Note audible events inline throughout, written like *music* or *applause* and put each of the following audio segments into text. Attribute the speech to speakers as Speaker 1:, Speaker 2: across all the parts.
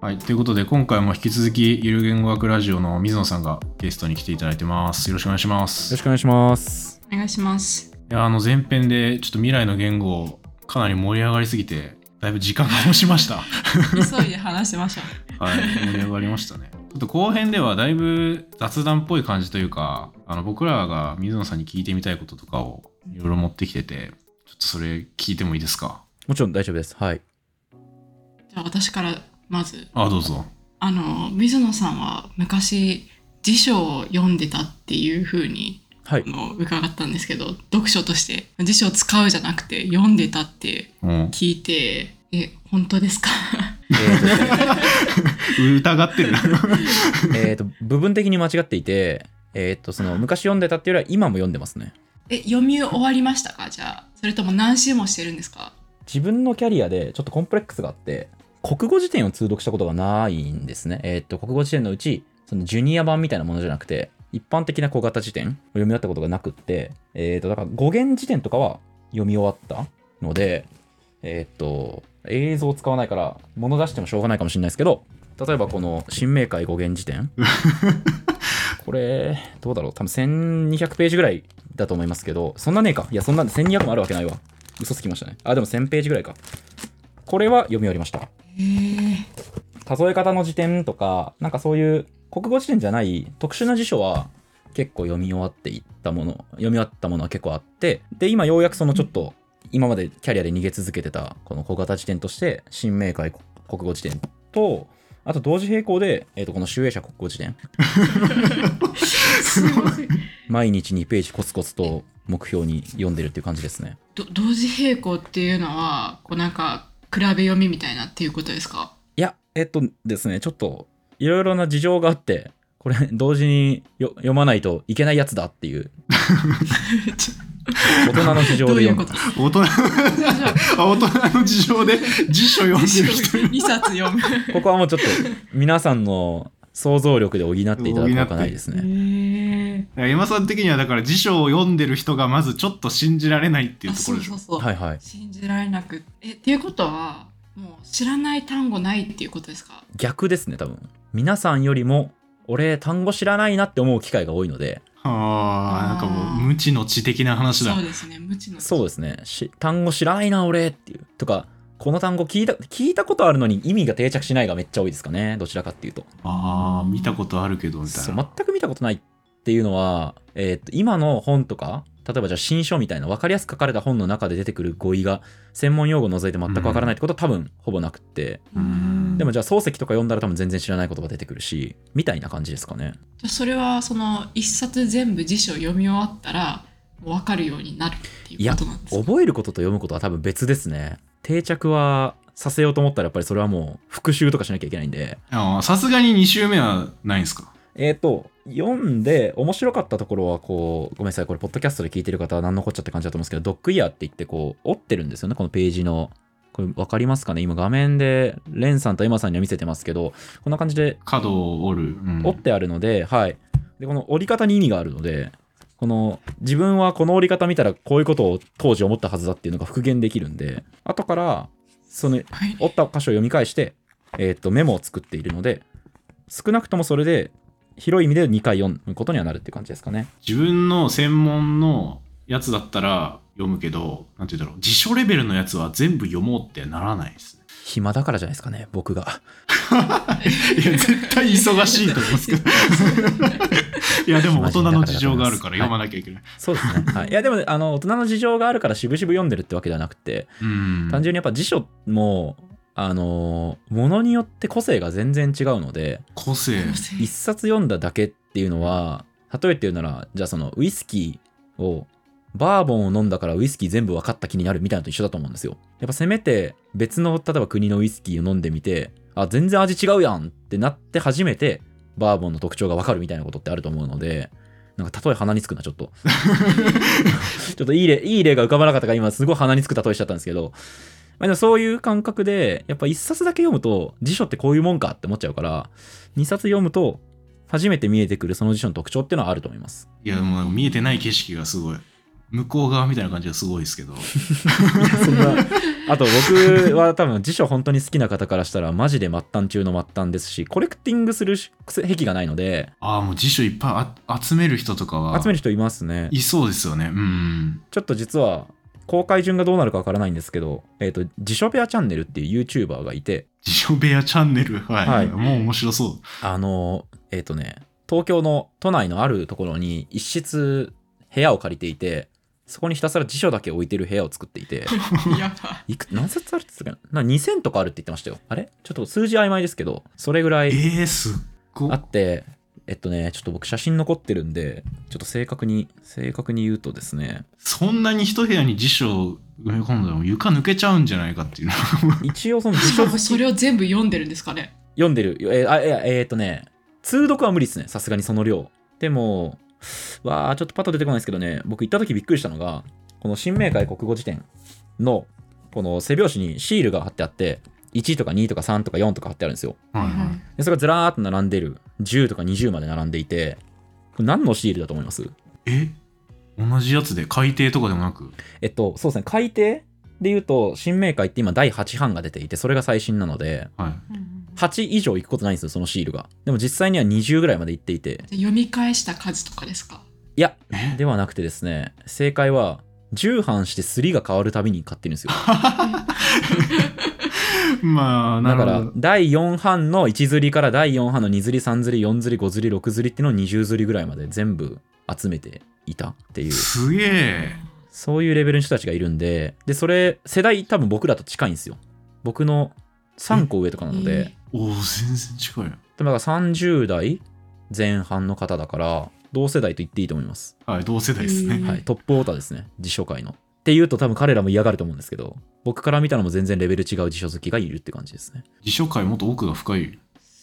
Speaker 1: はい、ということで今回も引き続きゆる言語学ラジオの水野さんがゲストに来ていただいてます。よろしくお願いしま
Speaker 2: よ
Speaker 1: す。
Speaker 2: ろ
Speaker 1: い
Speaker 2: しくお願いします。
Speaker 3: お願いします。
Speaker 1: やあの前編でちょっと未来の言語かなり盛り上がりすぎてだいぶ時間が押しま
Speaker 2: *laughs*
Speaker 1: した。
Speaker 3: 急いで話しましょ
Speaker 1: はい、盛り上がりましたね。ちょっと後編ではだいぶ雑談っぽい感じというか、あの僕らが水野さんに聞いてみたいこととかをいろいろ持ってきてて、ちょっとそれ聞いてもいいですか
Speaker 2: もちろん大丈夫です。はい。
Speaker 3: う。じゃあ私からまず、
Speaker 1: あ、どうぞ。
Speaker 3: あの、水野さんは昔辞書を読んでたっていうふうに
Speaker 2: はい
Speaker 3: あ。の伺ったんですけど、読書として辞書を使うじゃなくて読んでたって
Speaker 2: *laughs*
Speaker 1: うん、
Speaker 3: 聞いて、え、本当ですか *laughs*
Speaker 2: えーとですね
Speaker 1: 疑ってる。
Speaker 2: えーと、部分的に間違っていて、えーと、その昔読んでたっていうよりは今も読んでますね。
Speaker 3: え、読み終わりましたかじゃあ。それとも何周もしてるんですか
Speaker 2: 自分のキャリアでちょっとコンプレックスがあって、国語辞典を通読したことがないんですね。えーと、国語辞典のうち、そのジュニア版みたいなものじゃなくて、一般的な小型辞典を読み終わったことがなくって、えーと、だから語源辞典とかは読み終わったので、えーっと、映像を使わないから、物出してもしょうがないかもしれないですけど、例えばこの、新明解語源辞典。これ、どうだろう、多分1200ページぐらいだと思いますけど、そんなねえか。いや、そんなん1200もあるわけないわ。嘘つきましたね。あ、でも1000ページぐらいか。これは読み終わりました。
Speaker 3: へえ。
Speaker 2: 数え方の辞典とか、なんかそういう国語辞典じゃない特殊な辞書は結構読み終わっていったもの、読み終わったものは結構あって、で、今ようやくそのちょっと、今までキャリアで逃げ続けてたこの小型辞典として、新明解国語辞典と、あと同時並行で、えっ、と、この集英社国語辞典。
Speaker 3: すごい。
Speaker 2: 毎日2ページコツコツと目標に読んでるっていう感じですね。
Speaker 3: ど同時並行っていうのは、こうなんか、比べ読みみたいなっていうことですか
Speaker 2: いや、えっとですね、ちょっと、いろいろな事情があって、これ、同時によ読まないといけないやつだっていう、
Speaker 3: *laughs*
Speaker 2: 大人の事情
Speaker 3: どう
Speaker 2: で
Speaker 3: い
Speaker 2: 読
Speaker 3: う
Speaker 2: む
Speaker 3: こと
Speaker 1: 大人、
Speaker 3: *laughs*
Speaker 1: あ大人の事情で辞書読んでる人いる
Speaker 3: 2冊
Speaker 1: *laughs*
Speaker 3: 読む。
Speaker 2: ここはもうちょっと、皆さんの想像力で補っていただくほかないですね。
Speaker 3: ね。
Speaker 1: だから山さん的にはだから辞書を読んでる人がまずちょっと信じられないっていう
Speaker 3: あ
Speaker 1: とこ
Speaker 3: そ
Speaker 1: ろ
Speaker 3: う
Speaker 1: でしょ
Speaker 3: そうそう、
Speaker 2: はいはい。
Speaker 3: 信じられなくえっていうことはもう知らない単語ないっていうことですか
Speaker 2: 逆ですね、多分。皆さんよりも、俺、単語知らないなって思う機会が多いので、
Speaker 1: ああなんかもう無知の知的な話だ
Speaker 3: そうですね無知の
Speaker 2: そうですね、し単語知らないな、俺っていう。とか、この単語聞いた、聞いたことあるのに意味が定着しないがめっちゃ多いですかね、どちらかっていうと。
Speaker 1: ああ見たことあるけどみたい
Speaker 2: そう
Speaker 1: な
Speaker 2: 全く見たことないっていうのは、えーと今の本とか例えばじゃあ新書みたいな分かりやすく書かれた本の中で出てくる語彙が専門用語を除いて全く分からないってことは多分ほぼなくって、
Speaker 3: う
Speaker 1: うん
Speaker 3: ん
Speaker 2: でもじゃあ漱石とか読んだら多分全然知らない言葉出てくるしみたいな感じですかね
Speaker 3: じゃあそれはその一冊全部辞書を読み終わったらもう分かるようになるっていうことなんですか
Speaker 2: 覚えることと読むことは多分別ですね定着はさせようと思ったらやっぱりそれはもう復習とかしなきゃいけないんで
Speaker 1: あーさすがに2週目はないんですか
Speaker 2: えっ、と、読んで面白かったところは、こう、ごめんなさい、これ、ポッドキャストで聞いてる方は何のこっちゃって感じだと思うんですけど、ドッグイヤーって言って、こう、折ってるんですよね、このページの。これ、わかりますかね今、画面で、レンさんとエマさんには見せてますけど、こんな感じで
Speaker 1: 角を折る、うん
Speaker 2: 折ってあるので、はい。で、この折り方に意味があるので、この自分はこの折り方見たらこういうことを当時思ったはずだっていうのが復元できるんで、後から、その
Speaker 3: はい
Speaker 2: 折った箇所を読み返して、えーっとメモを作っているので少なくともそれで広い意味で2回読むことにはなるっていう感じですかね
Speaker 1: 自分の専門のやつだったら読むけどなんて言うんだろう辞書レベルのやつは全部読もうってならないですね
Speaker 2: 暇だからじゃないですかね僕が
Speaker 1: いや絶対忙しいと思うんですけどいやでも大人の事情があるから
Speaker 2: 真面目だからだと思います
Speaker 1: 読まなきゃいけない、
Speaker 2: そうです *laughs* ね、はい、いやでもねあの大人の事情があるから渋々読んでるってわけではなくて
Speaker 1: うん
Speaker 2: 単純にやっぱ辞書もあのものによって個性が全然違うので
Speaker 1: 個性
Speaker 3: 個性
Speaker 2: 一冊読んだだけっていうのは例えて言うならじゃあそのウイスキーをバーボンを飲んだからウイスキー全部分かった気になるみたいなのと一緒だと思うんですよやっぱせめて別の例えば国のウイスキーを飲んでみてあ全然味違うやんってなって初めてバーボンの特徴が分かるみたいなことってあると思うのでなんか例え鼻につくなちょっと *laughs* ちょっといい例いい例が浮かばなかったから今すごい鼻につく例えしちゃったんですけどまあ、でもそういう感覚で、やっぱ一冊だけ読むと、辞書ってこういうもんかって思っちゃうから、二冊読むと、
Speaker 1: *laughs*
Speaker 2: 初めて見えてくるその辞書の特徴っていうのはあると思います。
Speaker 1: いやもう見えてない景色がすごい向こう側みたいな感じがすごいですけど、
Speaker 2: そんなあと僕は多分辞書本当に好きな方からしたらマジで末端中の末端ですしコレクティングする癖癖がないので
Speaker 1: ああ、もう辞書いっぱいあ集める人とかは、
Speaker 2: 集める人いますね
Speaker 1: いそうですよね。うん。
Speaker 2: ちょっと実は公開順がどうなるかわからないんですけど、えっと辞書ペアチャンネルっていう YouTuber がいて
Speaker 1: 辞書部屋チャンネル、はい。
Speaker 2: はい
Speaker 1: もう面白そう。
Speaker 2: あのえっ、とね東京の都内のあるところに一室部屋を借りていてそこにひたすら辞書だけ置いてる部屋を作っていて
Speaker 3: *laughs* やば
Speaker 2: いく何冊あるって言ってたかなな2000とかあるって言ってましたよあれちょっと数字曖昧ですけどそれぐらい
Speaker 1: ええー、すっご
Speaker 2: あって、えっとね、ちょっと僕写真残ってるんで、ちょっと正確に、正確に言うとですね、
Speaker 1: そんなに一部屋に辞書を埋め込んだらもう床抜けちゃうんじゃないか
Speaker 2: *laughs*
Speaker 1: っていうのが
Speaker 2: 一応その辞
Speaker 3: し
Speaker 2: 書
Speaker 3: かもそれを全部読んでるんですかね
Speaker 2: 読んでる、えーあ、いや、えーっとね、通読は無理ですね、さすがにその量。でも、わあちょっとパッと出てこないですけどね、僕行った時びっくりしたのが、この新明解国語辞典の、この背表紙にシールが貼ってあって、1とか2とか3とか4とか貼ってあるんですよ。
Speaker 1: はいはい
Speaker 2: でそれがずらーっと並んでる、10とか20まで並んでいて、これ何のシールだと思います
Speaker 1: え同じやつで海底とかでもなく
Speaker 2: えっと、そうですね、改定で言うと、新明解って今第8版が出ていて、それが最新なので、
Speaker 1: はい
Speaker 2: 8以上行くことないんですよ、そのシールが。でも実際には20ぐらいまで行っていて、
Speaker 3: で読み返した数とかですか
Speaker 2: いや、
Speaker 1: え
Speaker 2: ではなくてですね、正解は、10版してすりが変わるたびに買ってるんですよ。
Speaker 1: まあ *laughs* な
Speaker 2: だ
Speaker 1: る
Speaker 2: か
Speaker 1: ほど
Speaker 2: ら、第4版の1釣りから第4版の2釣り、3釣り、4釣り、5釣り、6釣りっていうのを20釣りぐらいまで全部集めていたっていう。
Speaker 1: すげえ
Speaker 2: そういうレベルの人たちがいるんで、で、それ、世代多分僕らと近いんですよ。僕の3個上とかなの
Speaker 3: え
Speaker 2: で、
Speaker 1: おお全然近いな
Speaker 2: でもだから30代前半の方だから、同世代と言っていいと思います。
Speaker 1: はい同世代ですね、
Speaker 3: うん
Speaker 2: はい、トップオーターですね、辞書界の。っていうと多分彼らも嫌がると思うんですけど、僕から見たのも全然レベル違う辞書好きがいるって感じですね。
Speaker 1: 辞書界もっと奥が深い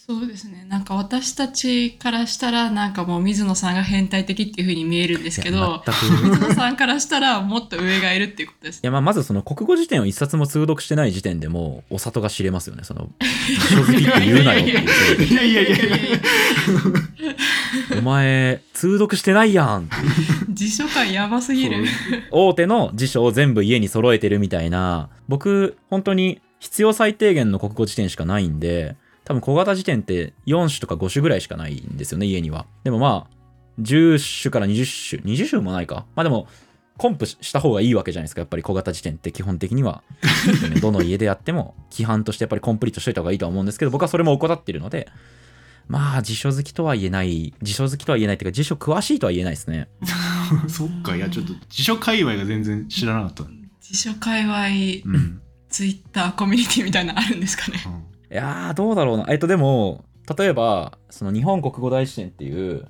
Speaker 3: そうですねなんか私たちからしたらなんかもう水野さんが変態的っていう風に見えるんですけ
Speaker 2: いや
Speaker 3: ど
Speaker 2: 全く。い
Speaker 3: 水野さんからしたらもっと上がいるっていうことですね
Speaker 2: やまあまずその国語辞典を一冊も通読してない時点でもうお里が知れますよね。その辞書好きって言うなよっていうそ
Speaker 3: *laughs*
Speaker 2: れ
Speaker 1: いやいやいやいや
Speaker 2: で。お前通読してないやんっていう
Speaker 3: 辞書感やばすぎる
Speaker 2: 大手の辞書を全部家に揃えてるみたいな僕本当に必要最低限の国語辞典しかないんで多分小型辞典って4種とか5種ぐらいしかないんですよね家にはでもまあ10種から20種20種もないかまあでもコンプした方がいいわけじゃないですかやっぱり小型辞典って基本的にはどの家でやっても規範としてやっぱりコンプリートしといた方がいいとは思うんですけど僕はそれも怠っているのでまあ辞書好きとは言えない辞書好きとは言えないっていうか辞書詳しいとは言えないですね
Speaker 1: そっかいやちょっと辞書界隈が全然知らなかった
Speaker 3: 辞書界隈
Speaker 1: うん、うん
Speaker 3: ツイッターコミュニティみたいなのあるんですかね
Speaker 2: いやー、どうだろうな。えっと、でも、例えば、その日本国語大辞典っていう、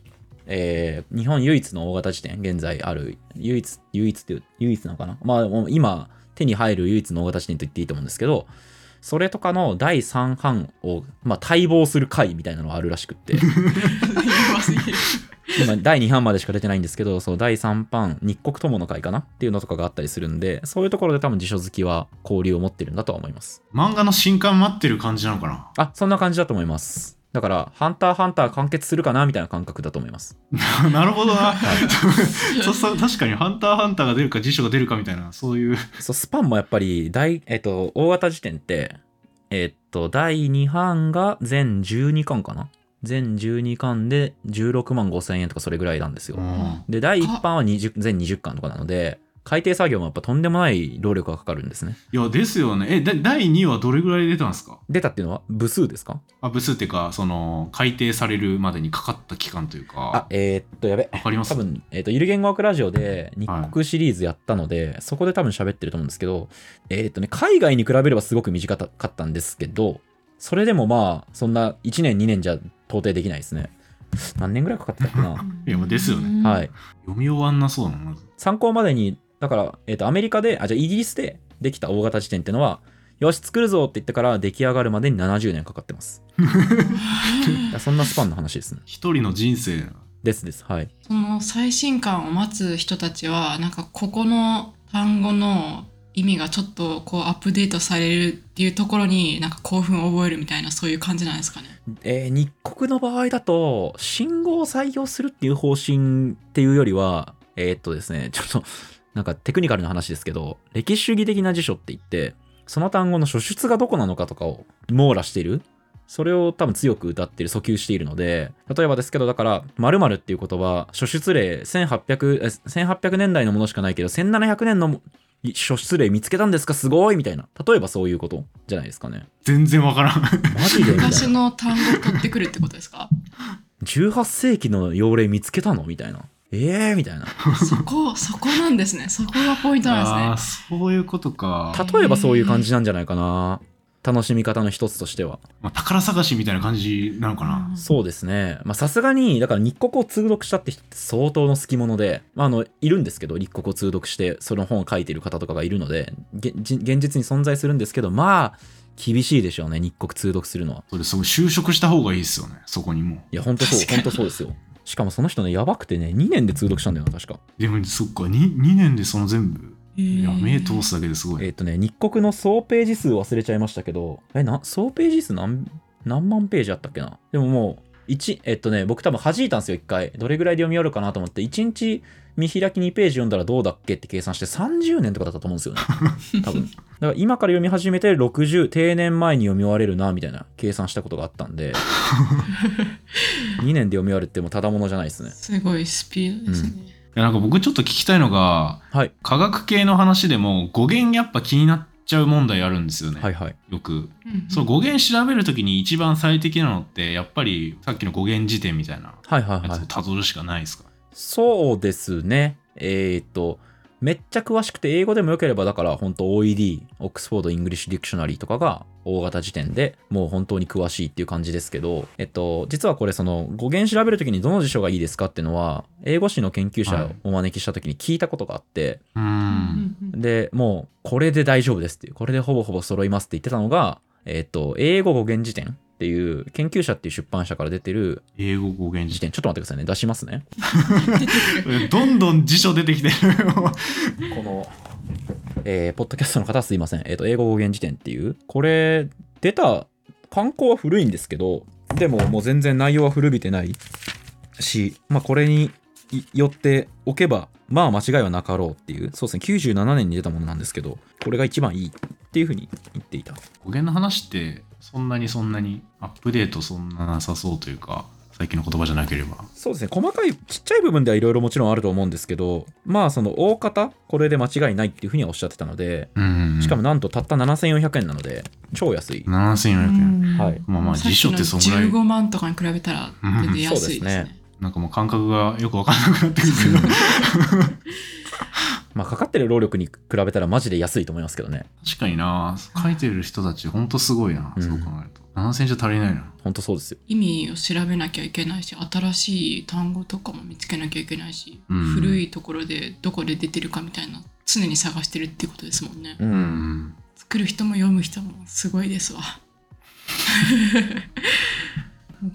Speaker 2: えー日本唯一の大型辞典、現在ある、唯一、唯一っていう、唯一なのかな。まあ、もう今、手に入る唯一の大型辞典と言っていいと思うんですけど、それとかの第3版を、まあ、待望する回みたいなのがあるらしくって、
Speaker 3: やばすぎる
Speaker 2: 今、第2版までしか出てないんですけど、その第3版、日国友の会かなっていうのとかがあったりするんで、そういうところで多分辞書好きは交流を持ってるんだとは思います。
Speaker 1: 漫画の新刊待ってる感じなのかな
Speaker 2: あ、そんな感じだと思います。だから、ハンターハンター完結するかなみたいな感覚だと思います。 *laughs*
Speaker 1: なるほどな。そう *laughs* そう確かに「ハンターハンター」が出るか辞書が出るかみたいなそういう
Speaker 2: そう、スパンもやっぱり、大、えっと、大型時点って、えっと、第2版が全12巻かな全12巻で16万5千円とかそれぐらいなんですよ。
Speaker 1: うん
Speaker 2: で、第1版は20全20巻とかなので、改定作業もやっぱとんでもない労力がかかるんですね。
Speaker 1: いやですよねえだ第2話どれぐらいで出たんですか
Speaker 2: 出たっていうのは部数ですか
Speaker 1: あ部数っていうかその改定されるまでにかかった期間という
Speaker 2: あ
Speaker 1: か、
Speaker 2: えーっと、やべ。
Speaker 1: わかります
Speaker 2: 多分、えっ、と、ゆる言語学ラジオで日
Speaker 1: はい
Speaker 2: 国シリーズやったので、そこで多分喋ってると思うんですけど、えっ、とね、海外に比べればすごく短かったんですけど、それでもまあ、そんな1年、2年じゃ到底できないですね。何年ぐらいかかってた
Speaker 1: *laughs*
Speaker 2: かな
Speaker 1: いやまあですよね
Speaker 3: うん
Speaker 2: はい。
Speaker 1: 読み終わんなそうだなまず
Speaker 2: 参考までに、だから、えっ、と、アメリカで、あ、じゃあイギリスでできた大型辞典ってのは、よし、作るぞって言ってから出来上がるまでに70年かかってます。いやそんなスパンの話ですね。
Speaker 1: 一人の人生
Speaker 2: ですです。はい。
Speaker 3: その最新刊を待つ人たちはなんかここの単語の意味がちょっとこうアップデートされるっていうところになんか興奮を覚えるみたいなそういう感じなんですかね。
Speaker 2: えー日国の場合だと、信号を採用するっていう方針っていうよりは、えーっとですね、ちょっと、 *laughs* なんかテクニカルな話ですけど、歴史主義的な辞書って言って、その単語の初出がどこなのかとかを網羅している。それを多分強く歌ってる、訴求しているので、例えばですけど、だから、〇〇っていう言葉、初出例1800、え1800年代のものしかないけど、1700年のも初出例見つけたんですかすごいみたいな。例えばそういうことじゃないですかね。
Speaker 1: 全然わからん。
Speaker 2: マジでみたい
Speaker 3: 昔
Speaker 2: な。
Speaker 3: の単語取ってくるってことですか
Speaker 2: 18世紀の用例見つけたのみたいな。えーみたいな。
Speaker 3: そこそこなんですねそこがポイントなん
Speaker 1: ああ、
Speaker 3: ですね
Speaker 1: そういうことか。
Speaker 2: 例えばそういう感じなんじゃないかな。楽しみ方の一つとしては。
Speaker 1: まあ、宝探しみたいな感じなのかな。
Speaker 2: そうですね。まあさすがに、だから日国を通読したって人って相当の好き者で、まああの、いるんですけど、日国を通読して、その本を書いている方とかがいるので、げじ現実に存在するんですけど、まあ、厳しいでしょうね、日国通読するのは。
Speaker 1: それ、そう、就職した方がいいですよね。そこにも
Speaker 2: いや、ほんとそう
Speaker 3: 確、か
Speaker 2: ほ
Speaker 3: に
Speaker 2: んとそうですよ。しかもその人ね、やばくてね、2年で通読したんだよな、確か。
Speaker 1: う。でも、そっか、に2年でその全部。
Speaker 3: へー
Speaker 1: いや、目通すだけですご
Speaker 2: え
Speaker 1: い。
Speaker 2: っ、とね、日国の総ページ数忘れちゃいましたけど、え、な、総ページ数何、何万ページあったっけなでももう、1、えっとね、僕多分弾いたんですよ、1回。どれぐらいで読み終わるかなと思って、1日見開き2ページ読んだらどうだっけって計算して30年とかだったと思うんです *laughs* よね。多分。だから今から読み始めて60、定年前に読み終われるな、みたいな計算したことがあったん *laughs* で、2年で読み終わるってもうただものじゃないですね。
Speaker 3: すごいスピードですね、
Speaker 1: いやなんか僕ちょっと聞きたいのが、
Speaker 2: はい。
Speaker 1: 科学系の話でも語源やっぱ気になっちゃう問題あるんですよね。
Speaker 2: はいはい。
Speaker 1: よく。
Speaker 3: うん
Speaker 1: その語源調べるときに一番最適なのって、やっぱりさっきの語源辞典みたいな
Speaker 2: はいはい
Speaker 1: や
Speaker 2: はい
Speaker 1: つを。たどるしかないですか、
Speaker 2: そうですね。えーっと、めっちゃ詳しくて、英語でもよければ、だから本当 OED、オックスフォード・イングリッシュ・ディクショナリーとかが大型辞典でもう本当に詳しいっていう感じですけど、えっと、実はこれその語源調べるときにどの辞書がいいですかっていうのは、英語史の研究者をお招きしたときに聞いたことがあって、
Speaker 1: うーん。
Speaker 3: うんうん
Speaker 2: で、もうこれで大丈夫ですっていう、これでほぼほぼ揃いますって言ってたのが、えっと、英語語源辞典っていう研究者っていう出版社から出てる
Speaker 1: 英語語源
Speaker 2: 辞 *laughs*
Speaker 1: 辞典。
Speaker 2: 典、ちょっと待ってくださいね、出しますね。
Speaker 1: どんどん辞書出てきてる。
Speaker 2: この、えーポッドキャストの方すいません、えーと英語語源辞典っていうこれ出た観光は古いんですけどでももう全然内容は古びてないし、まあ、これにいよっておけばまあ間違いはなかろうっていうそうですね97年に出たものなんですけどこれが一番いいっていうふうに言っていた
Speaker 1: 語源の話って、そんなにそんなにアップデートそんななさそうというか、最近の言葉じゃなければ。
Speaker 2: そうですね細かいちっちゃい部分ではいろいろもちろんあると思うんですけどまあその大方これで間違いないっていうふうにはおっしゃってたので
Speaker 1: うん、うん。
Speaker 2: しかもなんとたった7400円なので超安い
Speaker 1: 7400円。
Speaker 2: はい
Speaker 1: まあまあ辞書ってそんぐらい
Speaker 3: 15万とかに比べたら全然
Speaker 2: う
Speaker 3: 安いです
Speaker 2: んそうです
Speaker 3: ね。
Speaker 1: なんかもう感覚がよくわかんなくなってくるけど。
Speaker 2: まあ、かかってる労力に比べたらマジで安いと思いますけどね。
Speaker 1: 確かにな書いてる人たちほんとすごいな、
Speaker 2: うん
Speaker 1: そう考えると7000じゃ足りないな
Speaker 2: ほんとそうですよ。
Speaker 3: 意味を調べなきゃいけないし、新しい単語とかも見つけなきゃいけないし、
Speaker 1: うん
Speaker 3: 古いところでどこで出てるかみたいな、常に探してるってことですもんね。
Speaker 2: う。
Speaker 1: うんん
Speaker 3: 作る人も読む人もすごいで
Speaker 1: *laughs*
Speaker 3: すわ。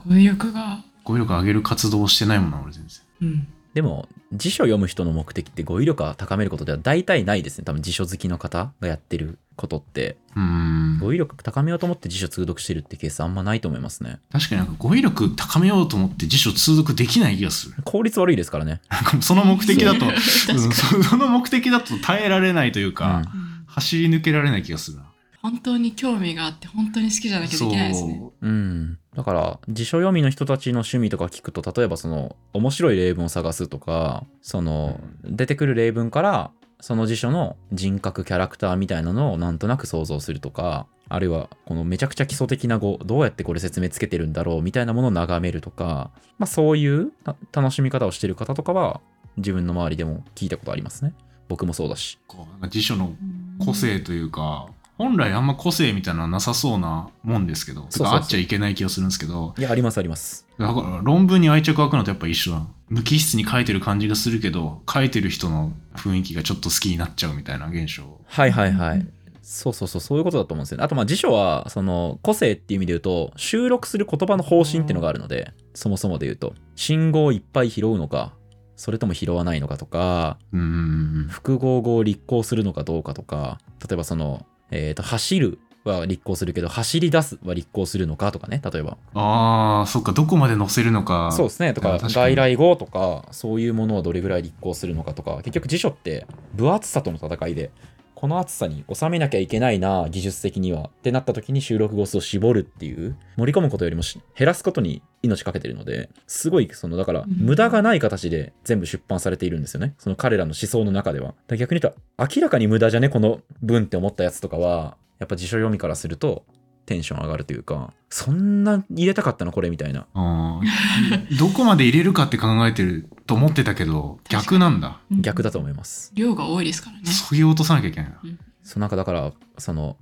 Speaker 3: 語彙力が、
Speaker 1: 語彙力上げる活動をしてないもんな俺全然
Speaker 3: うん、
Speaker 2: でも、辞書を読む人の目的って語彙力を高めることでは大体ないですね。多分辞書好きの方がやってることって、
Speaker 1: うん
Speaker 2: 語彙力高めようと思って辞書通読してるってケースあんまないと思いますね。
Speaker 1: 確かになんか語彙力高めようと思って辞書通読できない気がする *laughs*
Speaker 2: 効率悪いですからね。
Speaker 1: なんかもうその目的だと、
Speaker 3: そううん
Speaker 1: *laughs* そその目的だと耐えられないというか、
Speaker 2: うん
Speaker 3: うん
Speaker 1: 走り抜けられない気がするな
Speaker 3: 本当に興味があって、本当に好きじゃなきゃで
Speaker 1: そう
Speaker 3: きないですね。
Speaker 2: うん。だから、辞書読みの人たちの趣味とか聞くと、例えばその、面白い例文を探すとか、その、出てくる例文から、その辞書の人格、キャラクターみたいなのをなんとなく想像するとか、あるいは、このめちゃくちゃ基礎的な語、どうやってこれ説明つけてるんだろうみたいなものを眺めるとか、まあそういうた楽しみ方をしてる方とかは、自分の周りでも聞いたことありますね。僕もそうだし。
Speaker 1: こうなんか辞書の個性というか、本来あんま個性みたいなのはなさそうなもんですけど
Speaker 2: そうそうそう
Speaker 1: てかあっちゃいけない気がするんですけど
Speaker 2: いや、ありますあります。
Speaker 1: だから論文に愛着湧くのとやっぱ一緒だな無機質に書いてる感じがするけど書いてる人の雰囲気がちょっと好きになっちゃうみたいな現象
Speaker 2: はいはいはい。そうそうそう、そういうことだと思うんですよね。あと、まあ、辞書は、その、個性っていう意味で言うと、収録する言葉の方針っていうのがあるので、そもそもで言うと、信号をいっぱい拾うのか、それとも拾わないのかとか、
Speaker 1: うーん
Speaker 2: 複合語を立候補するのかどうかとか、例えばその、えっ、と、走るは立候するけど、走り出すは立候するのかとかね、例えば。
Speaker 1: ああ、そっか、どこまで載せるのか。
Speaker 2: そうですね、とか、
Speaker 1: 確かに
Speaker 2: 外来語とか、そういうものはどれぐらい立候するのかとか、結局辞書って分厚さとの戦いで、この厚さに収めなきゃいけないな、技術的には。ってなった時に収録語数を絞るっていう、盛り込むことよりもし減らすことに命かけてるので、すごい、その、だから、
Speaker 3: うん
Speaker 2: 無駄がない形で全部出版されているんですよね。その彼らの思想の中では。だから逆に言うと、明らかに無駄じゃね、この文って思ったやつとかは、やっぱ辞書読みからすると、テンション上がるというか、そんな入れたかったのこれみたいな。
Speaker 1: あーどこまで入れるかって考えてると思ってたけど、
Speaker 3: 確かに
Speaker 1: 逆なんだ。
Speaker 2: 逆だと思います。
Speaker 3: 量が多いですからね。
Speaker 1: そぎ落とさなきゃいけないな。
Speaker 2: そうなんかだからその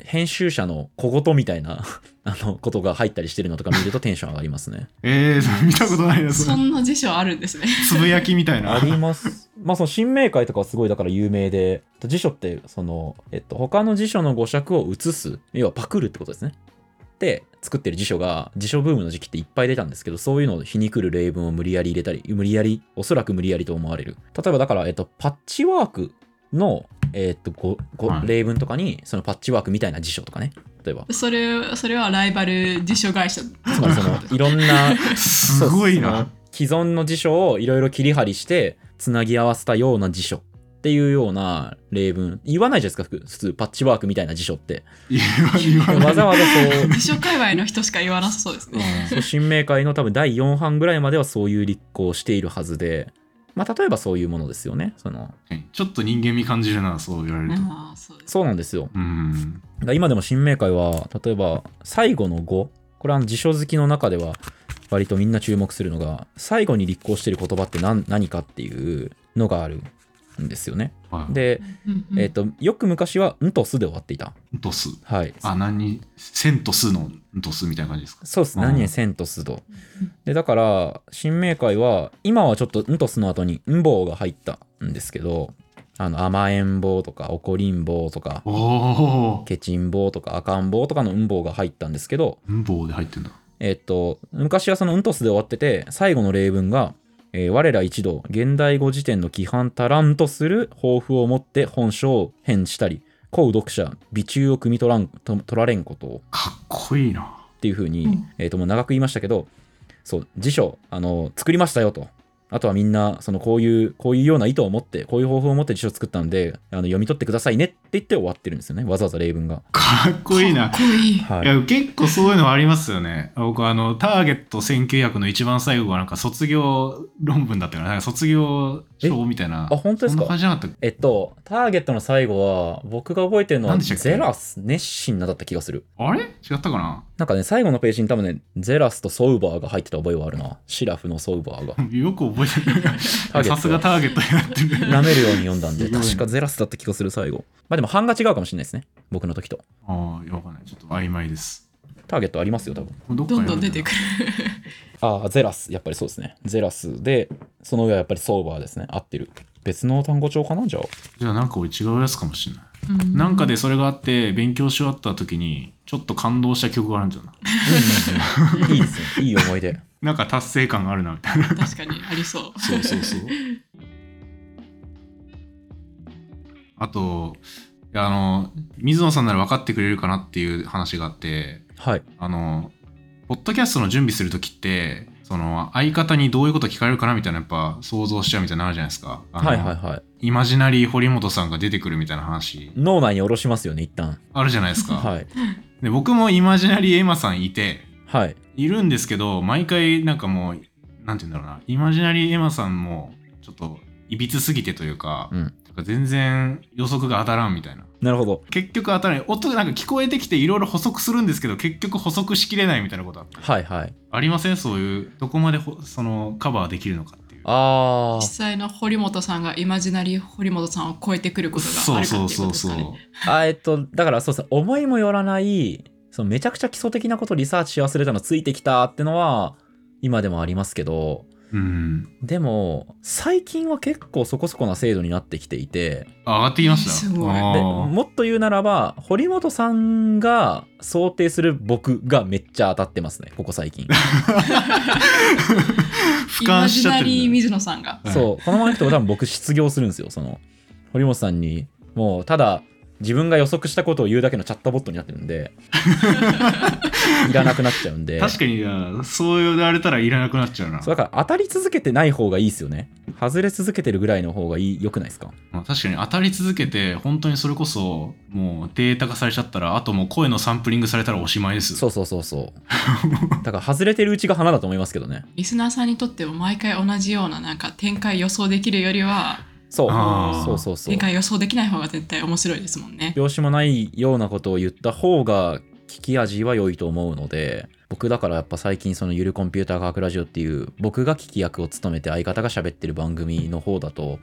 Speaker 2: 編集者の小言みたいな *laughs* あのことが入ったりしてるのとか見るとテンション上がりますね。
Speaker 1: えー、見たことないな、そ
Speaker 3: *laughs* そ
Speaker 1: れ。
Speaker 3: んな辞書あるんですね。
Speaker 1: つぶやきみたい
Speaker 2: *laughs* あ
Speaker 1: な。
Speaker 2: ります。まあその新明解とかはすごいだから有名で辞書ってその、えっと、他の辞書の語釈を移す要はパクるってことですね。で作ってる辞書が辞書ブームの時期っていっぱい出たんですけどそういうのを皮肉る例文を無理やり入れたり無理やりおそらく無理やりと思われる例えばだから、えっと、パッチワークの、えっとごご
Speaker 1: はい
Speaker 2: 例文とかにそのパッチワークみたいな辞書とかね例えば
Speaker 3: それそれはライバル辞書会社。
Speaker 2: つまりそのいろんな
Speaker 1: すごい
Speaker 2: そう
Speaker 1: な。
Speaker 2: その既存の辞書をいろいろ切り張りしてつなぎ合わせたような辞書っていうような例文言わないじゃないですか普普通パッチワークみたいな辞書って
Speaker 1: 言わ言わ
Speaker 2: わざ
Speaker 1: ない。
Speaker 2: わざそう
Speaker 3: 辞書界隈の人しか言わなさそうですね。
Speaker 2: そう新明会の多分第4版ぐらいまではそういう立候をしているはずで、まあ、例えばそういうものですよねその
Speaker 1: うんちょっと人間味感じるな、そう言われると。
Speaker 3: ああそうです。
Speaker 2: そうなんですよ
Speaker 1: うん。
Speaker 2: だから今でも新明会は例えば最後の語これはあの辞書好きの中では割とみんな注目するのが最後に立候している言葉って何何かっていうのがあるんですよね
Speaker 1: はい、
Speaker 2: で、
Speaker 3: うんうん
Speaker 2: えっ、とよく昔は「ん」と「す」で終わっていた
Speaker 1: ドス。
Speaker 2: はい
Speaker 1: あ、何千とすのドスみたいな感じですか。
Speaker 2: そうですね
Speaker 1: うん
Speaker 2: 何々「せん」と「す」とでだから新明解は今はちょっと「ん」と「す」の後に「んぼう」が入ったんですけどあの甘えん坊とか怒りん坊とか
Speaker 1: おお
Speaker 2: けちん坊とか赤ん坊とかの「んぼう」が入ったんですけど
Speaker 1: ー。文房で入ってんだ。
Speaker 2: えっと、昔はそのうんとすで終わってて、最後の例文が、えー我ら一同、現代語辞典の規範足らんとする抱負を持って本書を返したり、古う読者、美中を汲み取らんと取られんことを
Speaker 1: かっこいいな。
Speaker 2: っていうふうに、
Speaker 3: うん
Speaker 2: えっと、もう長く言いましたけど、そう、辞書、あの、作りましたよと。あとはみんな、その、こういう、こういうような意図を持って、こういう抱負を持って辞書を作ったんで、あの読み取ってくださいねって言って終わってるんですよね。わざわざ例文が。
Speaker 1: かっこいいな
Speaker 3: か。っこいい。
Speaker 2: はい
Speaker 1: いや結構そういうのありますよね。僕あのターゲット1900の一番最後はなんか卒業論文だったからなんか卒業証みたいな。
Speaker 2: あ、本当で
Speaker 1: そん
Speaker 2: すか
Speaker 1: な感じじゃなかったっけ
Speaker 2: えっと、ターゲットの最後は、僕が覚えてるのは、
Speaker 1: 何でしたっけ
Speaker 2: ゼラス、熱心なだった気がする。
Speaker 1: あれ違ったかな
Speaker 2: なんかね、最後のページに多分ね、ゼラスとソウバーが入ってた覚えはあるな。シラフのソウバー
Speaker 1: *laughs*
Speaker 2: が。
Speaker 1: よく覚えて
Speaker 2: ターゲット
Speaker 1: る。さすがターゲットになってる。
Speaker 2: 舐めるように読んだんで、
Speaker 1: すごいね
Speaker 2: 確かゼラスだった気がする、最後。まあでも、版が違うかもしれないですね。僕の時と。
Speaker 1: *laughs* ああ、いやわかんない。ちょっと曖昧です。
Speaker 2: ターゲットありますよ、多分。
Speaker 1: どっか
Speaker 3: ど
Speaker 1: に
Speaker 3: んどん出てくる。
Speaker 2: ああ、ゼラス。やっぱりそうですね。ゼラスで、その上はやっぱりソウバーですね。合ってる。別の単語帳かなじゃあ。
Speaker 1: じゃあなんか俺違うやつかもしれない。
Speaker 3: う
Speaker 1: なんかでそれがあって勉強し終わった時にちょっと感動した曲があるんじゃない
Speaker 2: うん *laughs* うんうんいいですね。いい思い出。
Speaker 1: なんか達成感があるなみたいな。
Speaker 3: 確かにありそう。
Speaker 1: そうそうそう。 *laughs* あと、いやあの、水野さんなら分かってくれるかなっていう話があって、
Speaker 2: はい。
Speaker 1: あの、ポッドキャストの準備するときって、その相方にどういうこと聞かれるかなみたいなやっぱ想像しちゃうみたいなのあるじゃないですか。あの
Speaker 2: はいはいはい。
Speaker 1: イマジナリー堀本さんが出てくるみたいな話
Speaker 2: 脳内に下ろしますよね、一旦。
Speaker 1: あるじゃないですか。
Speaker 2: はい。
Speaker 1: で僕もイマジナリーエマさんいて、
Speaker 2: はい。
Speaker 1: いるんですけど毎回なんかもうなんて言うんだろうなイマジナリーエマさんもちょっといびつすぎてというか,、
Speaker 2: うん
Speaker 1: 全然予測が当たらんみたいな
Speaker 2: なるほど。
Speaker 1: 結局当たらない音なんか聞こえてきていろいろ補足するんですけど結局補足しきれないみたいなことあった
Speaker 2: はいはい。
Speaker 1: ありませんそういうどこまでほそのカバーできるのかっていう
Speaker 2: あ
Speaker 3: 実際の堀本さんがイマジナリー堀本さんを超えてくることが
Speaker 1: そ
Speaker 3: あ
Speaker 1: う
Speaker 3: るか
Speaker 1: そ
Speaker 3: っ
Speaker 1: う
Speaker 3: ていうこ
Speaker 1: そ
Speaker 3: と
Speaker 1: うそう
Speaker 3: ですかね。
Speaker 2: あえっとだからそうですね思いもよらないそのめちゃくちゃ基礎的なことリサーチし忘れたのついてきたってのは今でもありますけど
Speaker 1: うん
Speaker 2: でも最近は結構そこそこな精度になってきていて
Speaker 1: あ上がってきました
Speaker 3: すごい
Speaker 1: あ
Speaker 2: で
Speaker 1: ー
Speaker 2: もっと言うならば堀本さんが想定する僕がめっちゃ当たってますねここ最近
Speaker 1: 俯
Speaker 3: イマ
Speaker 1: 瞰し
Speaker 3: ジ
Speaker 1: ちゃっ
Speaker 3: ナ
Speaker 1: てる
Speaker 3: リー
Speaker 1: んだよ
Speaker 3: 水野さんが。
Speaker 1: はい
Speaker 2: そうこのままいくと多分僕失業するんですよその堀本さんにもうただ自分が予測したことを言うだけのチャットボットになってるんでいらなくなっちゃうんで
Speaker 1: 確かになそう言われたらいらなくなっちゃうな、
Speaker 2: そうだから当たり続けてない方がいいですよね外れ続けてるぐらいの方がいい良くないですか
Speaker 1: まあ、確かに当たり続けて本当にそれこそもうデータ化されちゃったらあともう声のサンプリングされたらおしまいです
Speaker 2: そうそうそうそう
Speaker 1: *laughs*
Speaker 2: だから外れてるうちが花だと思いますけどね
Speaker 3: リスナーさんにとっても毎回同じようななんか展開予想できるよりは
Speaker 2: そう
Speaker 1: あー
Speaker 2: そうそうそう
Speaker 3: 展開予想できない方が絶対面白いですもんね。
Speaker 2: 拍子もないようなことを言った方が聞き味は良いと思うので僕だからやっぱ最近そのゆるコンピューター科学ラジオっていう僕が聞き役を務めて相方が喋ってる番組の方だと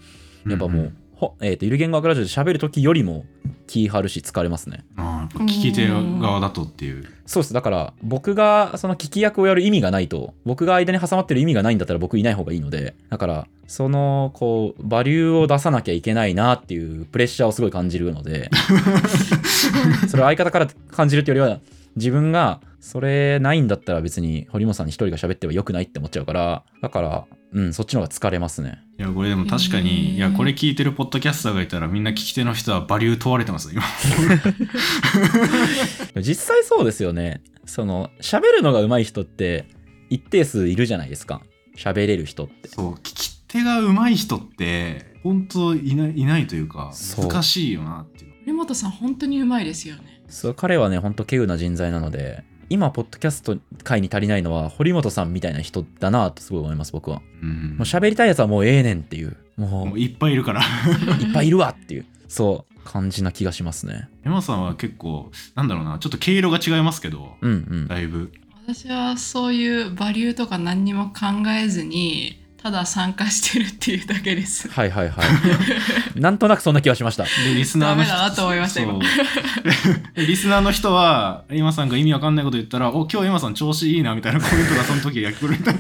Speaker 2: やっぱもう、
Speaker 1: んん
Speaker 2: ほえー、とゆる言語学ラジオで喋る時よりも気張るし疲れますね
Speaker 1: ああやっぱ聞き手側だとっていう
Speaker 2: そうですだから僕がその聞き役をやる意味がないと僕が間に挟まってる意味がないんだったら僕いない方がいいのでだからそのこうバリューを出さなきゃいけないなっていうプレッシャーをすごい感じるのでそれを相方から感じるっていうよりは自分がそれないんだったら別に堀本さんに一人が喋ってはよくないって思っちゃうからだからうんそっちの方が疲れますね
Speaker 1: いやこれでも確か
Speaker 3: う
Speaker 1: に
Speaker 3: ん
Speaker 1: いやこれ聞いてるポッドキャスターがいたらみんな聞き手の人はバリュー問われてます *laughs* よ
Speaker 2: 実際そうですよねその喋るのが上手い人って一定数いるじゃないですか喋れる人って
Speaker 1: 今そう聞き手が上手い人って本当いないいないというか
Speaker 2: そう
Speaker 1: 難しいよなっていう
Speaker 3: 森本さん本当にうまいですよね。
Speaker 2: そう彼はねほんと稀有な人材なので今ポッドキャスト界に足りないのは堀本さんみたいな人だなとすごい思います僕はも
Speaker 1: うん
Speaker 2: う喋りたいやつはもうええねんっていうも
Speaker 1: も
Speaker 2: う
Speaker 1: う
Speaker 2: い
Speaker 1: いっぱいいるから *laughs*
Speaker 2: っぱいいるわっていうそう感じな気がしますね
Speaker 1: 山さんは結構なんだろうなちょっと毛色が違いますけど、
Speaker 2: うんうん
Speaker 1: だいぶ
Speaker 3: 私はそういうバリューとか何にも考えずにただ参加してるっていうだけです。
Speaker 2: はいはいはいなんとなくそんな気がしました
Speaker 1: でリスナーの人
Speaker 3: ダメだなと思いました
Speaker 1: そうでリスナーの人は今さんが意味わかんないこと言ったら「お今日今さん調子いいな」みたいなコメントがその時焼きくれたい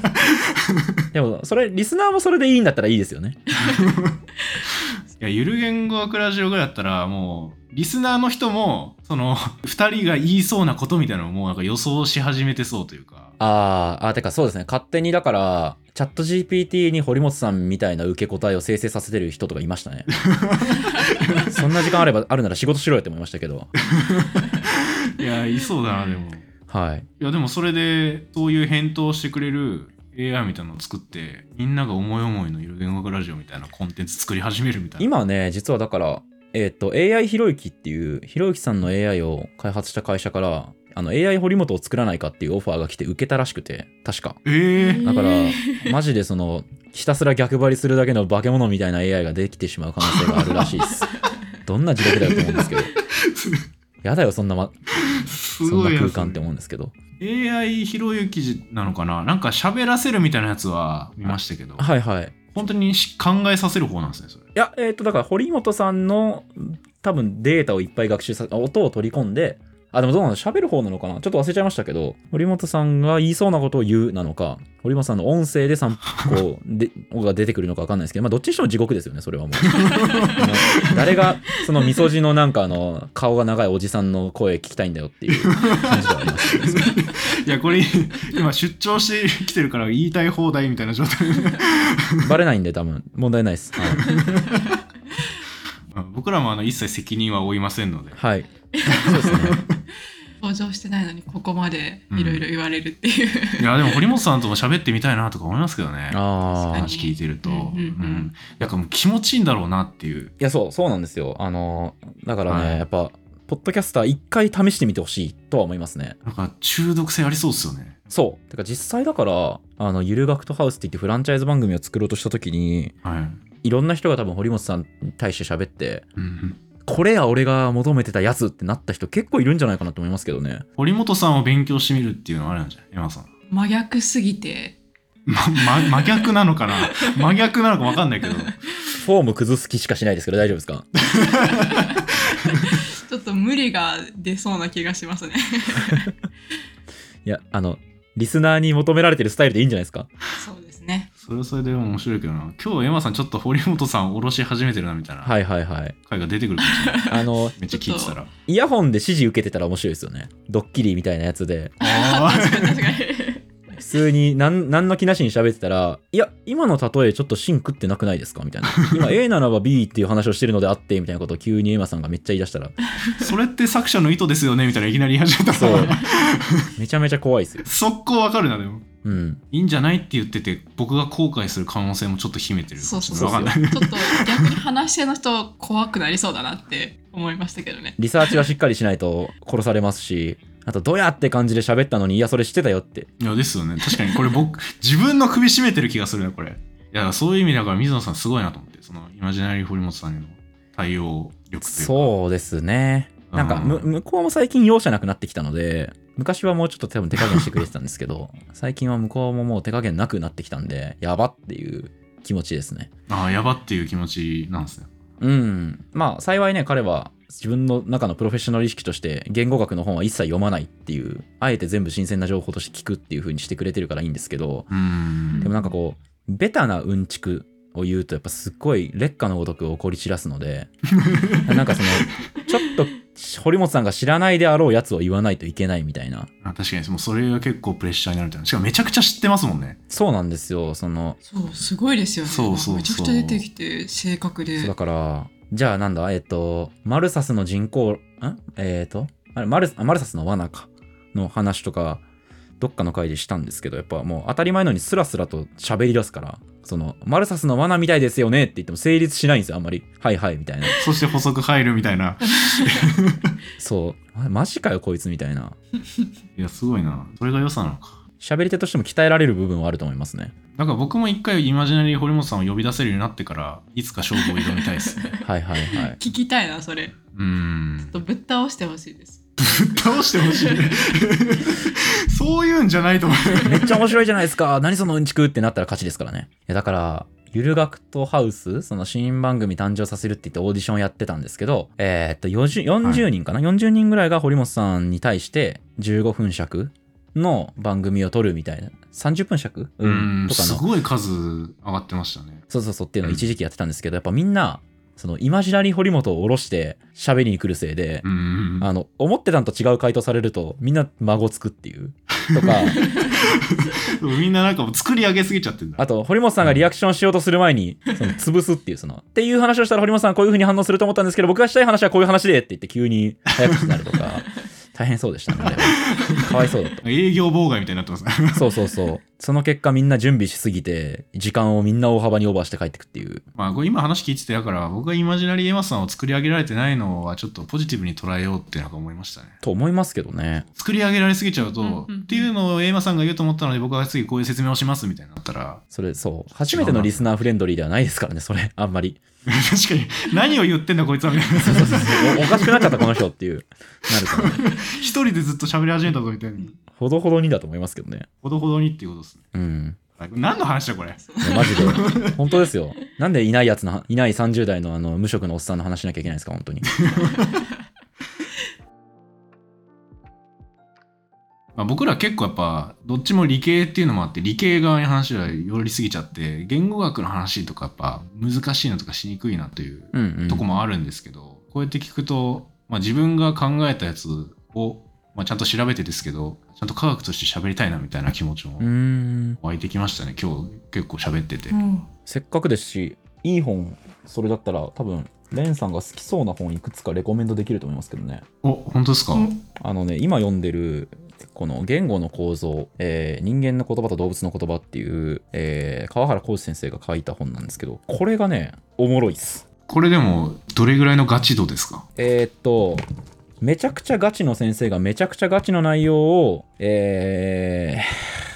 Speaker 2: でもそれリスナーもそれでいいんだったらいいですよね
Speaker 1: やゆる言語学ラジオぐらいだったらもうリスナーの人もその2 *laughs* 人が言いそうなことみたいなのをもうなんか予想し始めてそうというか
Speaker 2: あーあてかそうですね勝手にだからチャット GPT に堀本さんみたいな受け答えを生成させてる人とかいましたねそんな時間あればあるなら仕事しろよって思いましたけど
Speaker 1: いやいそうだなでもい
Speaker 2: はい
Speaker 1: やでもそれでそういう返答をしてくれる AI みたいなのを作ってみんなが思い思いのゆる言語学ラジオみたいなコンテンツ作り始めるみたいな
Speaker 2: 今ね実はだからえっ、と AI ひろゆきっていうひろゆきさんの AI を開発した会社からあの AI 堀本を作らないかっていうオファーが来て受けたらしくて確か
Speaker 1: ええ
Speaker 2: だから
Speaker 3: え
Speaker 2: マジでそのひたすら逆張りするだけの化け物みたいな AI ができてしまう可能性があるらしい *laughs* ですどんな時代だよと思うん *laughs* ですけどやだよそんな、ますそん
Speaker 1: ご
Speaker 2: ない
Speaker 1: やつ
Speaker 2: 空間って思うんですけど
Speaker 1: AI ひろゆきなのかななんか喋らせるみたいなやつは見ましたけど、
Speaker 2: はいはいい
Speaker 1: 本当にし考えさせる方なんですねそれ
Speaker 2: やえっ、とだから堀本さんの多分データをいっぱい学習さ音を取り込んであでもどうなの喋る方なのかなちょっと忘れちゃいましたけど堀本さんが言いそうなことを言うなのか堀本さんの音声で散歩でが出てくるのか分かんないですけど、まあ、どっちにしても地獄ですよねそれはもうあの誰がそのみそじのなんかあの顔が長いおじさんの声聞きたいんだよっていう感じではありますけど
Speaker 1: いやこれ *laughs* 今出張してきてるから言いたい放題みたいな状態
Speaker 2: バレないんで多分問題ないですはい、
Speaker 1: うん僕らもあの一切責任は負いませんので
Speaker 2: はい、そうですね
Speaker 3: 登場してないのにここまでいろいろ言われるっていう、
Speaker 1: い *laughs* やでも堀本さんとも喋ってみたいなとか思いますけどね
Speaker 2: ああ
Speaker 3: 確かに
Speaker 1: 話聞いてると、う
Speaker 3: うん
Speaker 1: ん
Speaker 3: うんうん
Speaker 1: なんかもう気持ちいいんだろうなっていう
Speaker 2: いや、そう、そうなんですよ。あの、だからね、
Speaker 1: はい
Speaker 2: やっぱ、ポッドキャスター一回試してみてほしいとは思いますね。
Speaker 1: なんか中毒性ありそうですよね
Speaker 2: そう。てか実際だから、あの、ゆる学とハウスって言ってフランチャイズ番組を作ろうとした時に、
Speaker 1: はい、
Speaker 2: いろんな人が多分堀本さんに対して喋って、
Speaker 1: うんうん
Speaker 2: これや俺が求めてたやつってなった人結構いるんじゃないかなと思いますけどね。
Speaker 1: 堀本さんを勉強してみるっていうのはあれなんじゃない山さん
Speaker 3: 真逆すぎて
Speaker 1: ま、ま、真逆なのかな真逆なのか分かんないけど。
Speaker 2: フォーム崩す気しかしないですけど大丈夫ですか *laughs*
Speaker 3: ちょっと無理が出そうな気がしますね
Speaker 2: いや、あの、リスナーに求められてるスタイルでいいんじゃないですか
Speaker 3: *laughs* そうですね
Speaker 1: それはそれで面白いけどな。今日、エマさんちょっと堀本さんを下ろし始めてるなみたいな
Speaker 2: はいはいはい。
Speaker 1: 回が出てくるかもしれない。
Speaker 2: あの、
Speaker 1: めっちゃ聞いてた
Speaker 2: *laughs*
Speaker 1: ら。
Speaker 2: イヤホンで指示受けてたら面白いですよね。ドッキリみたいなやつで。
Speaker 1: *laughs* あ
Speaker 3: 確かに確かに
Speaker 2: 普通に何何の気なしに喋ってたら「いや今の例えちょっと芯食ってなくないですか?」みたいな「今 A ならば B っていう話をしてるのであって」みたいなことを急にエマさんがめっちゃ言い出したら
Speaker 1: それって作者の意図ですよねみたいないきなり言い始めた
Speaker 2: そう
Speaker 1: ら
Speaker 2: めちゃめちゃ怖いですよ。
Speaker 1: 速攻わかるなでも
Speaker 2: うん、
Speaker 1: いいんじゃないって言ってて僕が後悔する可能性もちょっと秘めてる
Speaker 3: そうそう
Speaker 2: そう
Speaker 1: わかんない
Speaker 3: ちょっと逆に話し手の人怖くなりそうだなって思いましたけどね。
Speaker 2: リサーチはしっかりしないと殺されますしあと「どや」って感じで喋ったのに「いやそれ知ってたよ」って
Speaker 1: いやですよね確かにこれ僕自分の首絞めてる気がするねこれいやそういう意味だから水野さんすごいなと思ってそのイマジナリー堀本さんへの対応力というか
Speaker 2: そうですね。なんか、
Speaker 1: うん
Speaker 2: む向こうも最近容赦なくなってきたので、昔はもうちょっと多分手加減してくれてたんですけど、最近は向こうももう手加減なくなってきたんで、やばっていう気持ちですね。
Speaker 1: ああやばっていう気持ちなんですね
Speaker 2: うん。まあ、幸いね、彼は自分の中のプロフェッショナル意識として、言語学の本は一切読まないっていう、あえて全部新鮮な情報として聞くっていう風にしてくれてるからいいんですけど、
Speaker 1: うーん
Speaker 2: でもなんかこう、ベタなうんちくを言うと、やっぱすっごい劣化のごとく怒り散らすので、 *laughs* なんかその、ちょっと堀本さんが知らないであろうやつを言わないといけないみたいな。
Speaker 1: あ確かにもうそれが結構プレッシャーになるみたいなしかもめちゃくちゃ知ってますもんね
Speaker 2: そうなんですよ、その、
Speaker 3: そう、すごいですよね。
Speaker 1: そうそうそう
Speaker 3: なんかめちゃくちゃ出てきて、性格で
Speaker 2: そう。だから、じゃあなんだ、えっ、と、マルサスの人口、んえっ、と、あれマル、あマルサスの罠か、の話とか、どっかの回でしたんですけど、やっぱもう当たり前のようにスラスラと喋り出すから、その、マルサスの罠みたいですよねって言っても成立しないんですよ、あんまり。はいはい、みたいな。
Speaker 1: そして補足入るみたい *laughs* な
Speaker 2: そう、まマジかよ、こいつみたいな。
Speaker 1: いやすごいなそれが良さなのか
Speaker 2: 喋り手としても鍛えられる部分はあると思いますね。
Speaker 1: なんか僕も一回イマジナリー堀本さんを呼び出せるようになってからいつか勝負を挑みたいです *laughs* ね
Speaker 2: はいはいはい。
Speaker 3: 聞きたいな、それ。ちょ
Speaker 1: うーん
Speaker 3: っとぶっ倒してほしいです。
Speaker 1: 倒してほしいね *laughs* そういうんじゃないと思う
Speaker 2: めっちゃ面白いじゃないですか。何そのうんちくってなったら勝ちですからね。いやだから、ゆる学とハウス、その新番組誕生させるって言ってオーディションやってたんですけど、えーっと、40, 40人かな、?40 人ぐらいが堀本さんに対して15分尺の番組を撮るみたいな。30分尺
Speaker 1: うーん
Speaker 2: とか
Speaker 1: す
Speaker 2: の。
Speaker 1: ごい数上がってましたね
Speaker 2: そうそうそうっていうのを一時期やってたんですけど、やっぱみんな、そのイマジナリー堀本を下ろして喋りに来るせいで、
Speaker 1: うーん
Speaker 2: あの、思ってたんと違う回答されると、みんな孫つくっていう。
Speaker 1: *laughs*
Speaker 2: とか、
Speaker 1: みんななんかもう作り上げすぎちゃってんだ
Speaker 2: あと、堀本さんがリアクションしようとする前に、その、潰すっていう、その、っていう話をしたら堀本さんこういう風に反応すると思ったんですけど、僕がしたい話はこういう話でって言って急に早口になる
Speaker 1: *laughs*
Speaker 2: とか、大変そうでしたね、あれはかわいそうだった。
Speaker 1: 営業妨害みたいになってますね *laughs*
Speaker 2: そうそうそう。その結果みんな準備しすぎて、時間をみんな大幅にオーバーして帰ってくっていう。
Speaker 1: まあこれ今話聞いててだから僕がイマジナリーエマさんを作り上げられてないのはちょっとポジティブに捉えようってなんか思いましたね
Speaker 2: と思いますけどね。
Speaker 1: 作り上げられすぎちゃうと、
Speaker 3: うんうんうん
Speaker 1: っていうのをエマさんが言うと思ったので僕は次こういう説明をしますみたいになったら
Speaker 2: それ、そう。初めてのリスナーフレンドリーではないですからね、それ、あんまり。
Speaker 1: 確かに何を言ってんだこいつはみたいな
Speaker 2: そうそうそうそう。おおかしくなっちゃった、この人っていう。なるから、ね。
Speaker 1: 一人でずっと喋り始めたぞみたいに
Speaker 2: ほどほどにだと思いますけどね。
Speaker 1: ほどほどにっていうことですね
Speaker 2: うん。
Speaker 1: はい何の話だこれ
Speaker 3: そう
Speaker 2: いやマジで。本当ですよ。なんでいないやつの、いない30代のあの無職のおっさんの話しなきゃいけないんですか、本当に。
Speaker 1: まあ、僕ら結構やっぱどっちも理系っていうのもあって理系側に話が寄りすぎちゃって言語学の話とかやっぱ難しいなとかしにくいなという
Speaker 2: うんうん。
Speaker 1: とこもあるんですけど、こうやって聞くと、まあ、自分が考えたやつを、まあ、ちゃんと調べてですけどちゃんと科学として喋りたいなみたいな気持ちも
Speaker 2: うーん。
Speaker 1: 湧いてきましたね今日結構喋ってて、
Speaker 3: うん
Speaker 2: せっかくですし、いい本、それだったら多分、レンさんが好きそうな本いくつかレコメンドできると思いますけどね。
Speaker 1: お本当ですか、
Speaker 3: うん
Speaker 2: あのね、今読んでる、この言語の構造、えー人間の言葉と動物の言葉っていう、えー川原浩二先生が書いた本なんですけど、これがね、おもろいっす。
Speaker 1: これでもどれぐらいのガチ度ですか
Speaker 2: えーっと、めちゃくちゃガチの先生がめちゃくちゃガチの内容を、えー、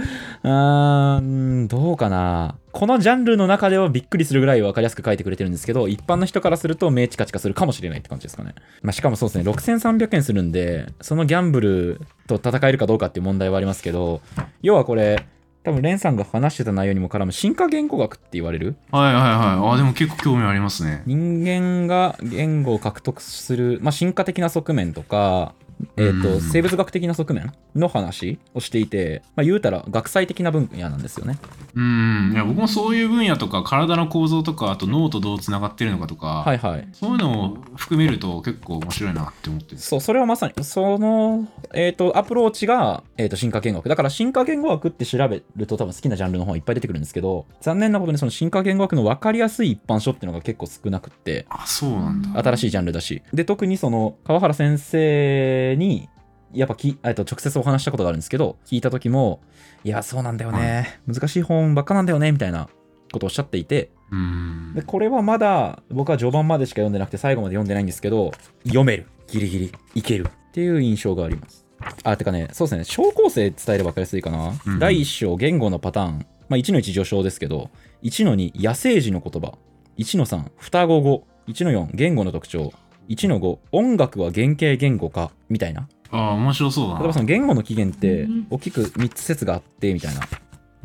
Speaker 2: *laughs* あーんどうかな。このジャンルの中ではびっくりするぐらい分かりやすく書いてくれてるんですけど、一般の人からすると目チカチカするかもしれないって感じですかね。まあ、しかもそうですね、6300円するんで、そのギャンブルと戦えるかどうかっていう問題はありますけど、要はこれ、多分レンさんが話してた内容にも絡む進化言語学って言われる
Speaker 1: はいはいはいあでも結構興味ありますね
Speaker 2: 人間が言語を獲得する、まあ、進化的な側面とかえー
Speaker 1: う
Speaker 2: と
Speaker 1: ん
Speaker 2: 生物学的な側面の話をしていて、まあ、言うたら学際的な分野なんですよね。
Speaker 1: うんいや僕もそういう分野とか体の構造とかあと脳とどうつながってるのかとか、
Speaker 2: はいはい。
Speaker 1: そういうのを含めると結構面白いなって思ってる
Speaker 2: そう、それはまさに、その、えっ、と、アプローチが、えっ、と、進化言語学。だから、進化言語学って調べると多分好きなジャンルの方がいっぱい出てくるんですけど、残念なことにその進化言語学の分かりやすい一般書っていうのが結構少なくって、
Speaker 1: あそうなんだ
Speaker 2: 新しいジャンルだし。で、特にその、川原先生に、やっぱき、えっと、直接お話ししたことがあるんですけど、聞いた時も、いや、そうなんだよね。難しい本ばっかなんだよね、みたいなことをおっしゃっていて、
Speaker 1: うん
Speaker 2: でこれはまだ僕は序盤までしか読んでなくて最後まで読んでないんですけど読めるギリギリいけるっていう印象がありますあてかねそうですね小構成伝えれば分かりやすいかな、
Speaker 1: うん
Speaker 2: 第1章言語のパターン、まあ、1の1序章ですけど1の2野生児の言葉1の3双子語1の4言語の特徴1の5音楽は原型言語化みたいな
Speaker 1: ああ面白そうだ
Speaker 2: 例えば
Speaker 1: な
Speaker 2: その言語の起源って
Speaker 3: うん
Speaker 2: 大きく3つ説があってみたいな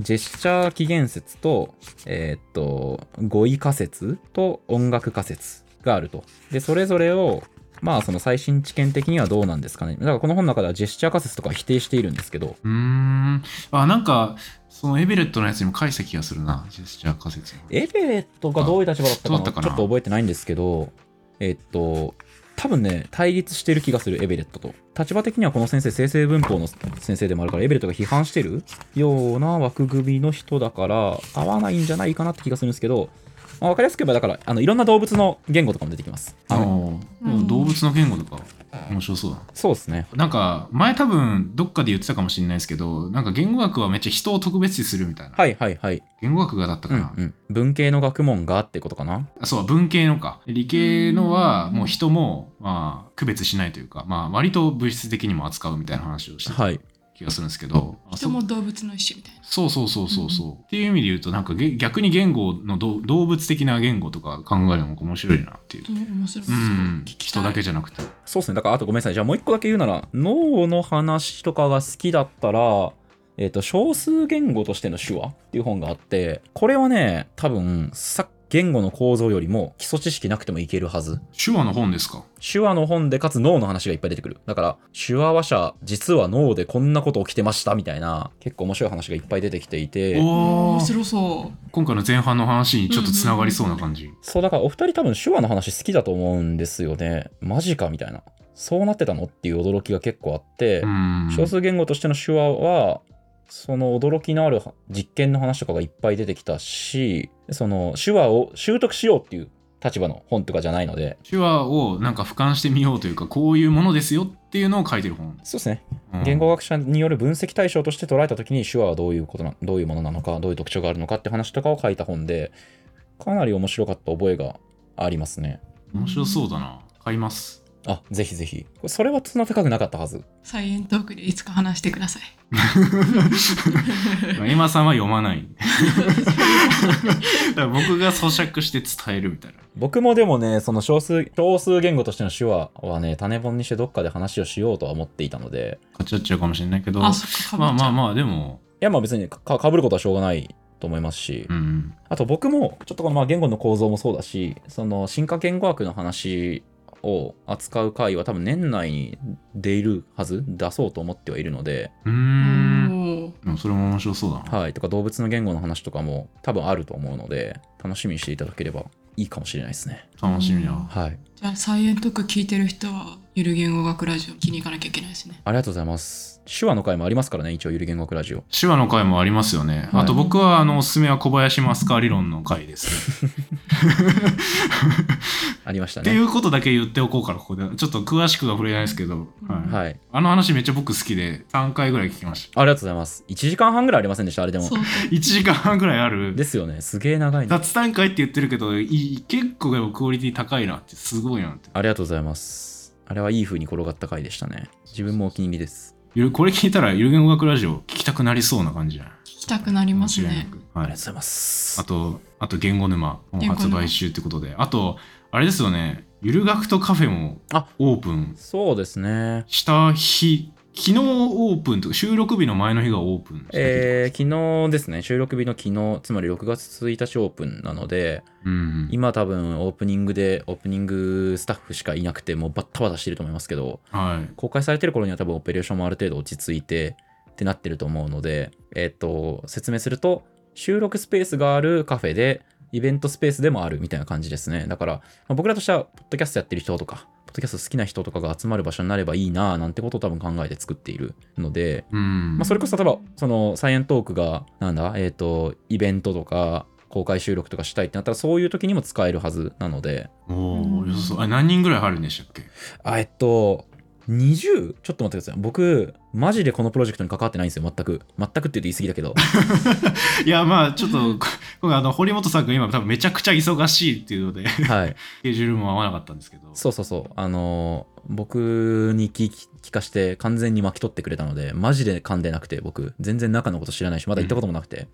Speaker 2: ジェスチャー起源説とえーっと語彙仮説と音楽仮説があるとでそれぞれをまあその最新知見的にはどうなんですかねだからこの本の中ではジェスチャー仮説とかは否定しているんですけど
Speaker 1: うーんあなんかそのエベレットのやつにも書いてた気がするなジェスチャー仮説
Speaker 2: エベレットがどういう立場だったか
Speaker 1: あどうだ
Speaker 2: な
Speaker 1: ったかな
Speaker 2: ちょっと覚えてないんですけどえーっと多分ね対立してる気がするエベレットと立場的にはこの先生生成文法の先生でもあるからエベレットが批判してるような枠組みの人だから合わないんじゃないかなって気がするんですけど、まあ、分かりやすく言えばだからあのいろんな動物の言語とかも出てきます
Speaker 1: あ
Speaker 2: あの
Speaker 1: の
Speaker 3: うん
Speaker 1: 動物の言語とか面白そうだな
Speaker 2: そうですね
Speaker 1: なんか前多分どっかで言ってたかもしれないですけどなんか言語学はめっちゃ人を特別視するみたいな、
Speaker 2: はいはいはい、
Speaker 1: 言語学がだった
Speaker 2: う
Speaker 1: か
Speaker 2: ん
Speaker 1: な、
Speaker 2: うん、文系の学問がってことかな
Speaker 1: あそう文系のか理系のは
Speaker 3: うん
Speaker 1: もう人もまあ区別しないというか、まあ、割と物質的にも扱うみたいな話をしてた
Speaker 2: はい
Speaker 1: 気がするんですけど、あそ
Speaker 3: 人も動物の一種みたいな。
Speaker 1: そうそうそうそうそう、っていう意味で言うとなんかげ逆に言語のど動物的な言語とか考えるのが面白いなっていう、
Speaker 3: うん面白い。
Speaker 1: うん
Speaker 3: 聞、き
Speaker 1: 人
Speaker 3: たい
Speaker 1: だけじゃなくて
Speaker 2: そうですね。だから、あとごめんなさい。じゃあもう一個だけ言うなら、脳の話とかが好きだったら、えっ、と、少数言語としての手話っていう本があって、これはね、多分、さ言語の構造よりも基礎知識なくてもいけるはず。
Speaker 1: 手話の本ですか
Speaker 2: 手話の本でかつ脳の話がいっぱい出てくる。だから、手話話者、実は脳でこんなこと起きてましたみたいな、結構面白い話がいっぱい出てきていて、
Speaker 1: お
Speaker 3: 面
Speaker 1: ー
Speaker 3: 白そ
Speaker 1: 今回の前半の話にちょっとつながりそうな感じ、
Speaker 2: そう、だからお二人多分手話の話好きだと思うんですよね。マジかみたいな。そうなってたのっていう驚きが結構あって、
Speaker 1: うん
Speaker 2: 少数言語としての手話はその驚きのある実験の話とかがいっぱい出てきたしその手話を習得しようっていう立場の本とかじゃないので
Speaker 1: 手話をなんか俯瞰してみようというかこういうものですよっていうのを書いてる本、
Speaker 2: そうですね
Speaker 1: うん
Speaker 2: 言語学者による分析対象として捉えた時に手話はどういうことなどういうものなのかどういう特徴があるのかって話とかを書いた本でかなり面白かった覚えがありますね
Speaker 1: 面白そうだな買います
Speaker 2: あぜひぜひそれはそんな高くなかったはず
Speaker 3: う。サイエントークでいつか話してください。
Speaker 1: エマさんは読まないだから僕が咀嚼して伝えるみたいな
Speaker 2: 僕もでもねその少数少数言語としての手話はね種本にしてどっかで話をしようとは思っていたので
Speaker 1: 買っちゃっちゃうかもしれないけど
Speaker 3: あ、そっか、かぶっ
Speaker 1: まあ
Speaker 3: ち
Speaker 1: ま
Speaker 3: ゃ
Speaker 1: あ
Speaker 3: う。
Speaker 1: まあでも
Speaker 2: いやまあ別にかかぶることはしょうがないと思いますし、
Speaker 1: うん
Speaker 2: あと僕もちょっとこのまあ言語の構造もそうだしその進化言語学の話を扱う回は多分年内に出るはず出そうと思ってはいるので、
Speaker 1: うーん
Speaker 3: おー
Speaker 1: でもそれも面白そうだな
Speaker 2: はい、とか動物の言語の話とかも多分あると思うので楽しみにしていただければいいかもしれないですね。
Speaker 1: 楽しみだわ
Speaker 2: はい、
Speaker 3: じゃあ、サイエントーク聞いてる人は、ゆる言語学ラジオ聞きに行かなきゃいけないですね。
Speaker 2: ありがとうございます。手話の回もありますからね一応ゆる言語学ラジオ。
Speaker 1: 手話の回もありますよね、
Speaker 2: はい
Speaker 1: あと僕はあのおすすめは小林マスカー理論の回です、
Speaker 2: ありました
Speaker 1: ってい
Speaker 2: ね。
Speaker 1: うことだけ言っておこうからここでちょっと詳しくは触れないですけど、はい
Speaker 2: はい、あり
Speaker 1: あの話めっちゃ僕好きで3回ぐらい聞きました
Speaker 2: がとうございます。1時間半ぐらいありませんでしたあれでも。
Speaker 3: そう
Speaker 1: 1時間半ぐらいある
Speaker 2: ですよねすげえ長いね。
Speaker 1: 雑談会って言ってるけどいい結構でもクオリティ高いなってすごいなって
Speaker 2: ありがとうございます。あれはいい風に転がった回でしたね。自分もお気に入りです。
Speaker 1: ゆるこれ聞いたらゆる言語学ラジオ聞きたくなりそうな感じじゃない
Speaker 3: 聞きたくなります
Speaker 1: 間違い
Speaker 3: ね
Speaker 1: な。く
Speaker 2: あ
Speaker 1: は
Speaker 2: り
Speaker 1: い
Speaker 2: がとうございます。
Speaker 1: あとあと言語沼もう
Speaker 3: 言語
Speaker 1: 発
Speaker 3: 沼
Speaker 1: 売中ってことであとあれですよねゆる学とカフェも
Speaker 2: あ
Speaker 1: オープン
Speaker 2: そうですね。
Speaker 1: した日昨昨日オープンとか、収録日の前の日がオープンした日とか
Speaker 2: えー昨日ですね、収録日の昨日、つまり6月1日オープンなので、
Speaker 1: うんうん。
Speaker 2: 今多分オープニングで、オープニングスタッフしかいなくて、もうバッタバタしてると思いますけど、
Speaker 1: はい。
Speaker 2: 公開されてる頃には多分オペレーションもある程度落ち着いてってなってると思うので、えっ、と、説明すると、収録スペースがあるカフェで、イベントスペースでもあるみたいな感じですね。だから、まあ僕らとしては、ポッドキャストやってる人とか、ポッドキャスト好きな人とかが集まる場所になればいいなぁなんてことを多分考えて作っているので、
Speaker 1: うん。
Speaker 2: まあ、それこそ例えばそのサイエントークがなんだえっ、とイベントとか公開収録とかしたいってなったらそういう時にも使えるはずなので
Speaker 1: おお、よさそう。あ、何人ぐらい入るんでしたっけ
Speaker 2: あえっと 20? ちょっと待ってください僕マジでこのプロジェクトに関わってないんですよ全く全くって言うと言い過ぎだけど
Speaker 1: いや、まあ、ちょっと、ここあの、堀本さんが今、多分めちゃくちゃ忙しいっていうので、 *laughs* ス
Speaker 2: はい
Speaker 1: ケジュールも合わなかったんですけど。
Speaker 2: そうそうそうあのー僕に聞き聞かして完全に巻き取ってくれたのでマジで噛んでなくて僕全然中のこと知らないしまだ行ったこともなくて、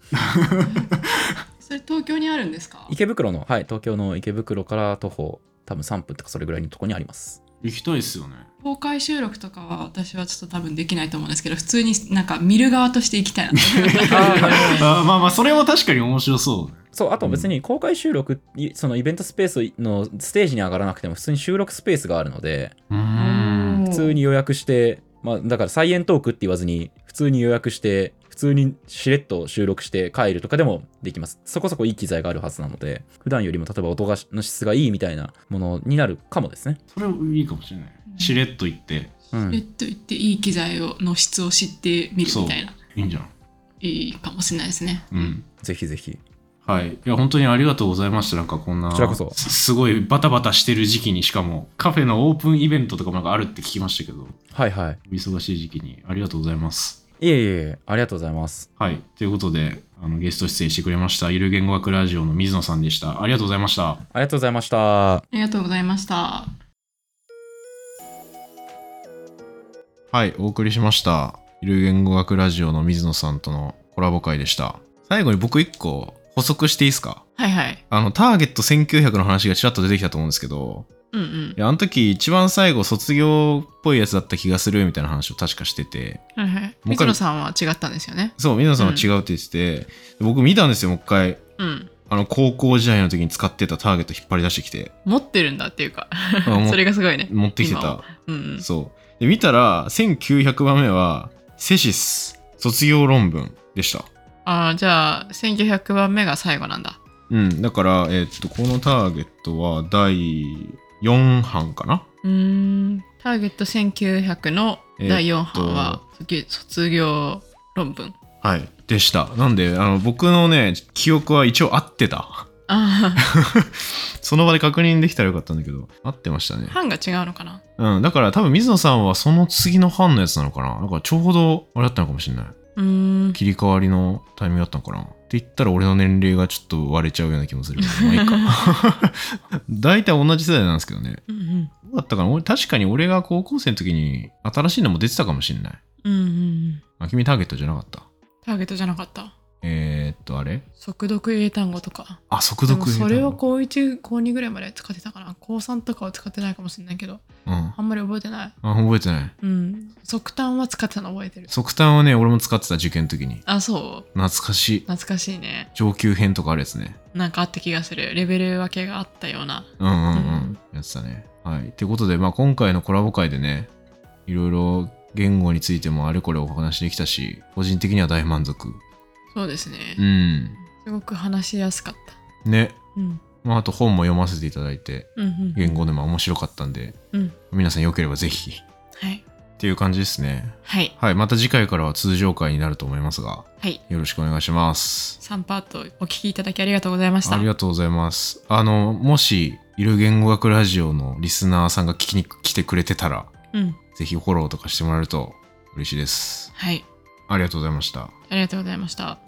Speaker 3: それ東京にあるんですか
Speaker 2: 池袋のはい東京の池袋から徒歩多分3分とかそれぐらいのとこにあります
Speaker 1: 行きたいですよね。
Speaker 3: 公開収録とかは私はちょっと多分できないと思うんですけど普通になんか見る側として行きたいなと思います
Speaker 1: あまあまあ、それも確かに面白そうね。
Speaker 2: そう、あと別に公開収録、いそのイベントスペースのステージに上がらなくても、普通に収録スペースがあるので、
Speaker 1: うーん。
Speaker 2: 普通に予約して、まあ、だからサイエントークって言わずに、普通に予約して、普通にしれっと収録して帰るとかでもできます。そこそこいい機材があるはずなので、普段よりも例えば音がの質がいいみたいなものになるかもですね。
Speaker 1: それいいかもしれない。しれっと行って、
Speaker 2: う
Speaker 3: え
Speaker 2: ん。
Speaker 3: っと言っていい機材をの質を知ってみるみたいない
Speaker 1: いんじゃん。
Speaker 3: いいかもしれないですね。
Speaker 1: うん。
Speaker 2: ぜひぜひ。
Speaker 1: はい。いや、本当にありがとうございました。なんかこんな、
Speaker 2: こちらこそ
Speaker 1: すすごいバタバタしてる時期に、しかも、カフェのオープンイベントとかもなんかあるって聞きましたけど、
Speaker 2: はいはい。
Speaker 1: お忙しい時期にありがとうございます。
Speaker 2: いえいえいえ、ありがとうございます。
Speaker 1: はい。ということで、あのゲスト出演してくれました、ゆる言語学ラジオの水野さんでした。ありがとうございました。
Speaker 2: ありがとうございました。
Speaker 3: ありがとうございました。
Speaker 1: はい、お送りしました。ゆる言語学ラジオの水野さんとのコラボ会でした。最後に僕一個補足していいですか
Speaker 3: はいはい。
Speaker 1: あの、ターゲット1900の話がちらっと出てきたと思うんですけど、
Speaker 3: うんうん
Speaker 1: い。や、あの時一番最後卒業っぽいやつだった気がするみたいな話を確かしてて、
Speaker 3: はいはい。
Speaker 1: もう一回
Speaker 3: 水野さんは違ったんですよね。
Speaker 1: そう、水野さんは違うって言ってて、僕見たんですよ、もう一回。
Speaker 3: うん。
Speaker 1: あの、高校時代の時に使ってたターゲット引っ張り出してき
Speaker 3: *laughs*
Speaker 1: て、
Speaker 3: 持ってるんだっていうか、
Speaker 1: あもう
Speaker 3: *laughs* それがすごいね。
Speaker 1: 持ってきて
Speaker 3: 今
Speaker 1: た
Speaker 3: は。うんうん。
Speaker 1: そう。で、見たら、1900番目は、セシス、卒業論文でした。
Speaker 3: ああ、じゃあ、1900番目が最後なんだ。
Speaker 1: うん、だから、えっと、このターゲットは第4版かな
Speaker 3: うーん。ターゲット1900の第4版は、卒業論文。
Speaker 1: はい。でした。なんで、あの、僕のね、記憶は一応合ってた。
Speaker 3: あ
Speaker 1: その場で確認できたらよかったんだけど、合ってましたね
Speaker 3: あ、。 *laughs* 版が違うのかな。
Speaker 1: うん、だから多分水野さんはその次の版のやつなのかなだからちょうど、あれだったのかもしれない。
Speaker 3: うーん。
Speaker 1: 切り替わりのタイミングだったのかなって言ったら俺の年齢がちょっと割れちゃうような気もするけど、まあいい *laughs* か。大体同じ世代なんですけどね。
Speaker 3: うんうん
Speaker 1: どうだったかな俺確かに俺が高校生の時に新しいのも出てたかもしんない。
Speaker 3: うんうん。
Speaker 1: あ、君ターゲットじゃなかった。
Speaker 3: ターゲットじゃなかった。
Speaker 1: えー、っと、あれ
Speaker 3: 速読英単語とか。
Speaker 1: あ、速
Speaker 3: で
Speaker 1: 読
Speaker 3: もそれを高1高2ぐらいまで使ってたかな高3とかは使ってないかもしれないけど
Speaker 1: う。うん。あ、
Speaker 3: あんまり覚えてない
Speaker 1: 覚えてない。
Speaker 3: うん即単は使ってたの覚えてる
Speaker 1: 速単はね、俺も使ってた受験の時に。
Speaker 3: あそう
Speaker 1: 懐かしい。
Speaker 3: 懐かしいね
Speaker 1: 上級編とかあるやつね。
Speaker 3: なんかあった気がするレベル分けがあったような
Speaker 1: うんうんう。
Speaker 3: うん
Speaker 1: やってたね。はい。ってことで、まあ今回のコラボ会でね、いろいろ言語についてもあれこれお話できたし、個人的には大満足。
Speaker 3: そうですね、
Speaker 1: うん。
Speaker 3: すごく話しやすかった
Speaker 1: ね。
Speaker 3: うん
Speaker 1: まああと本も読ませていただいて、
Speaker 3: うんうん
Speaker 1: 言語でも面白かったんで、
Speaker 3: うん
Speaker 1: 皆さんよければぜひ。
Speaker 3: はい
Speaker 1: っていう感じですね。
Speaker 3: はい
Speaker 1: はい。また次回からは通常回になると思いますが、
Speaker 3: はい
Speaker 1: よろしくお願いします。
Speaker 3: 3パートお聞きいただきありがとうございました
Speaker 1: ありがとうございます。あの、もし、いる言語学ラジオのリスナーさんが聞きに来てくれてたら、
Speaker 3: うん
Speaker 1: ぜひフォローとかしてもらえると嬉しいです。
Speaker 3: はい
Speaker 1: ありがとうございました。
Speaker 3: ありがとうございました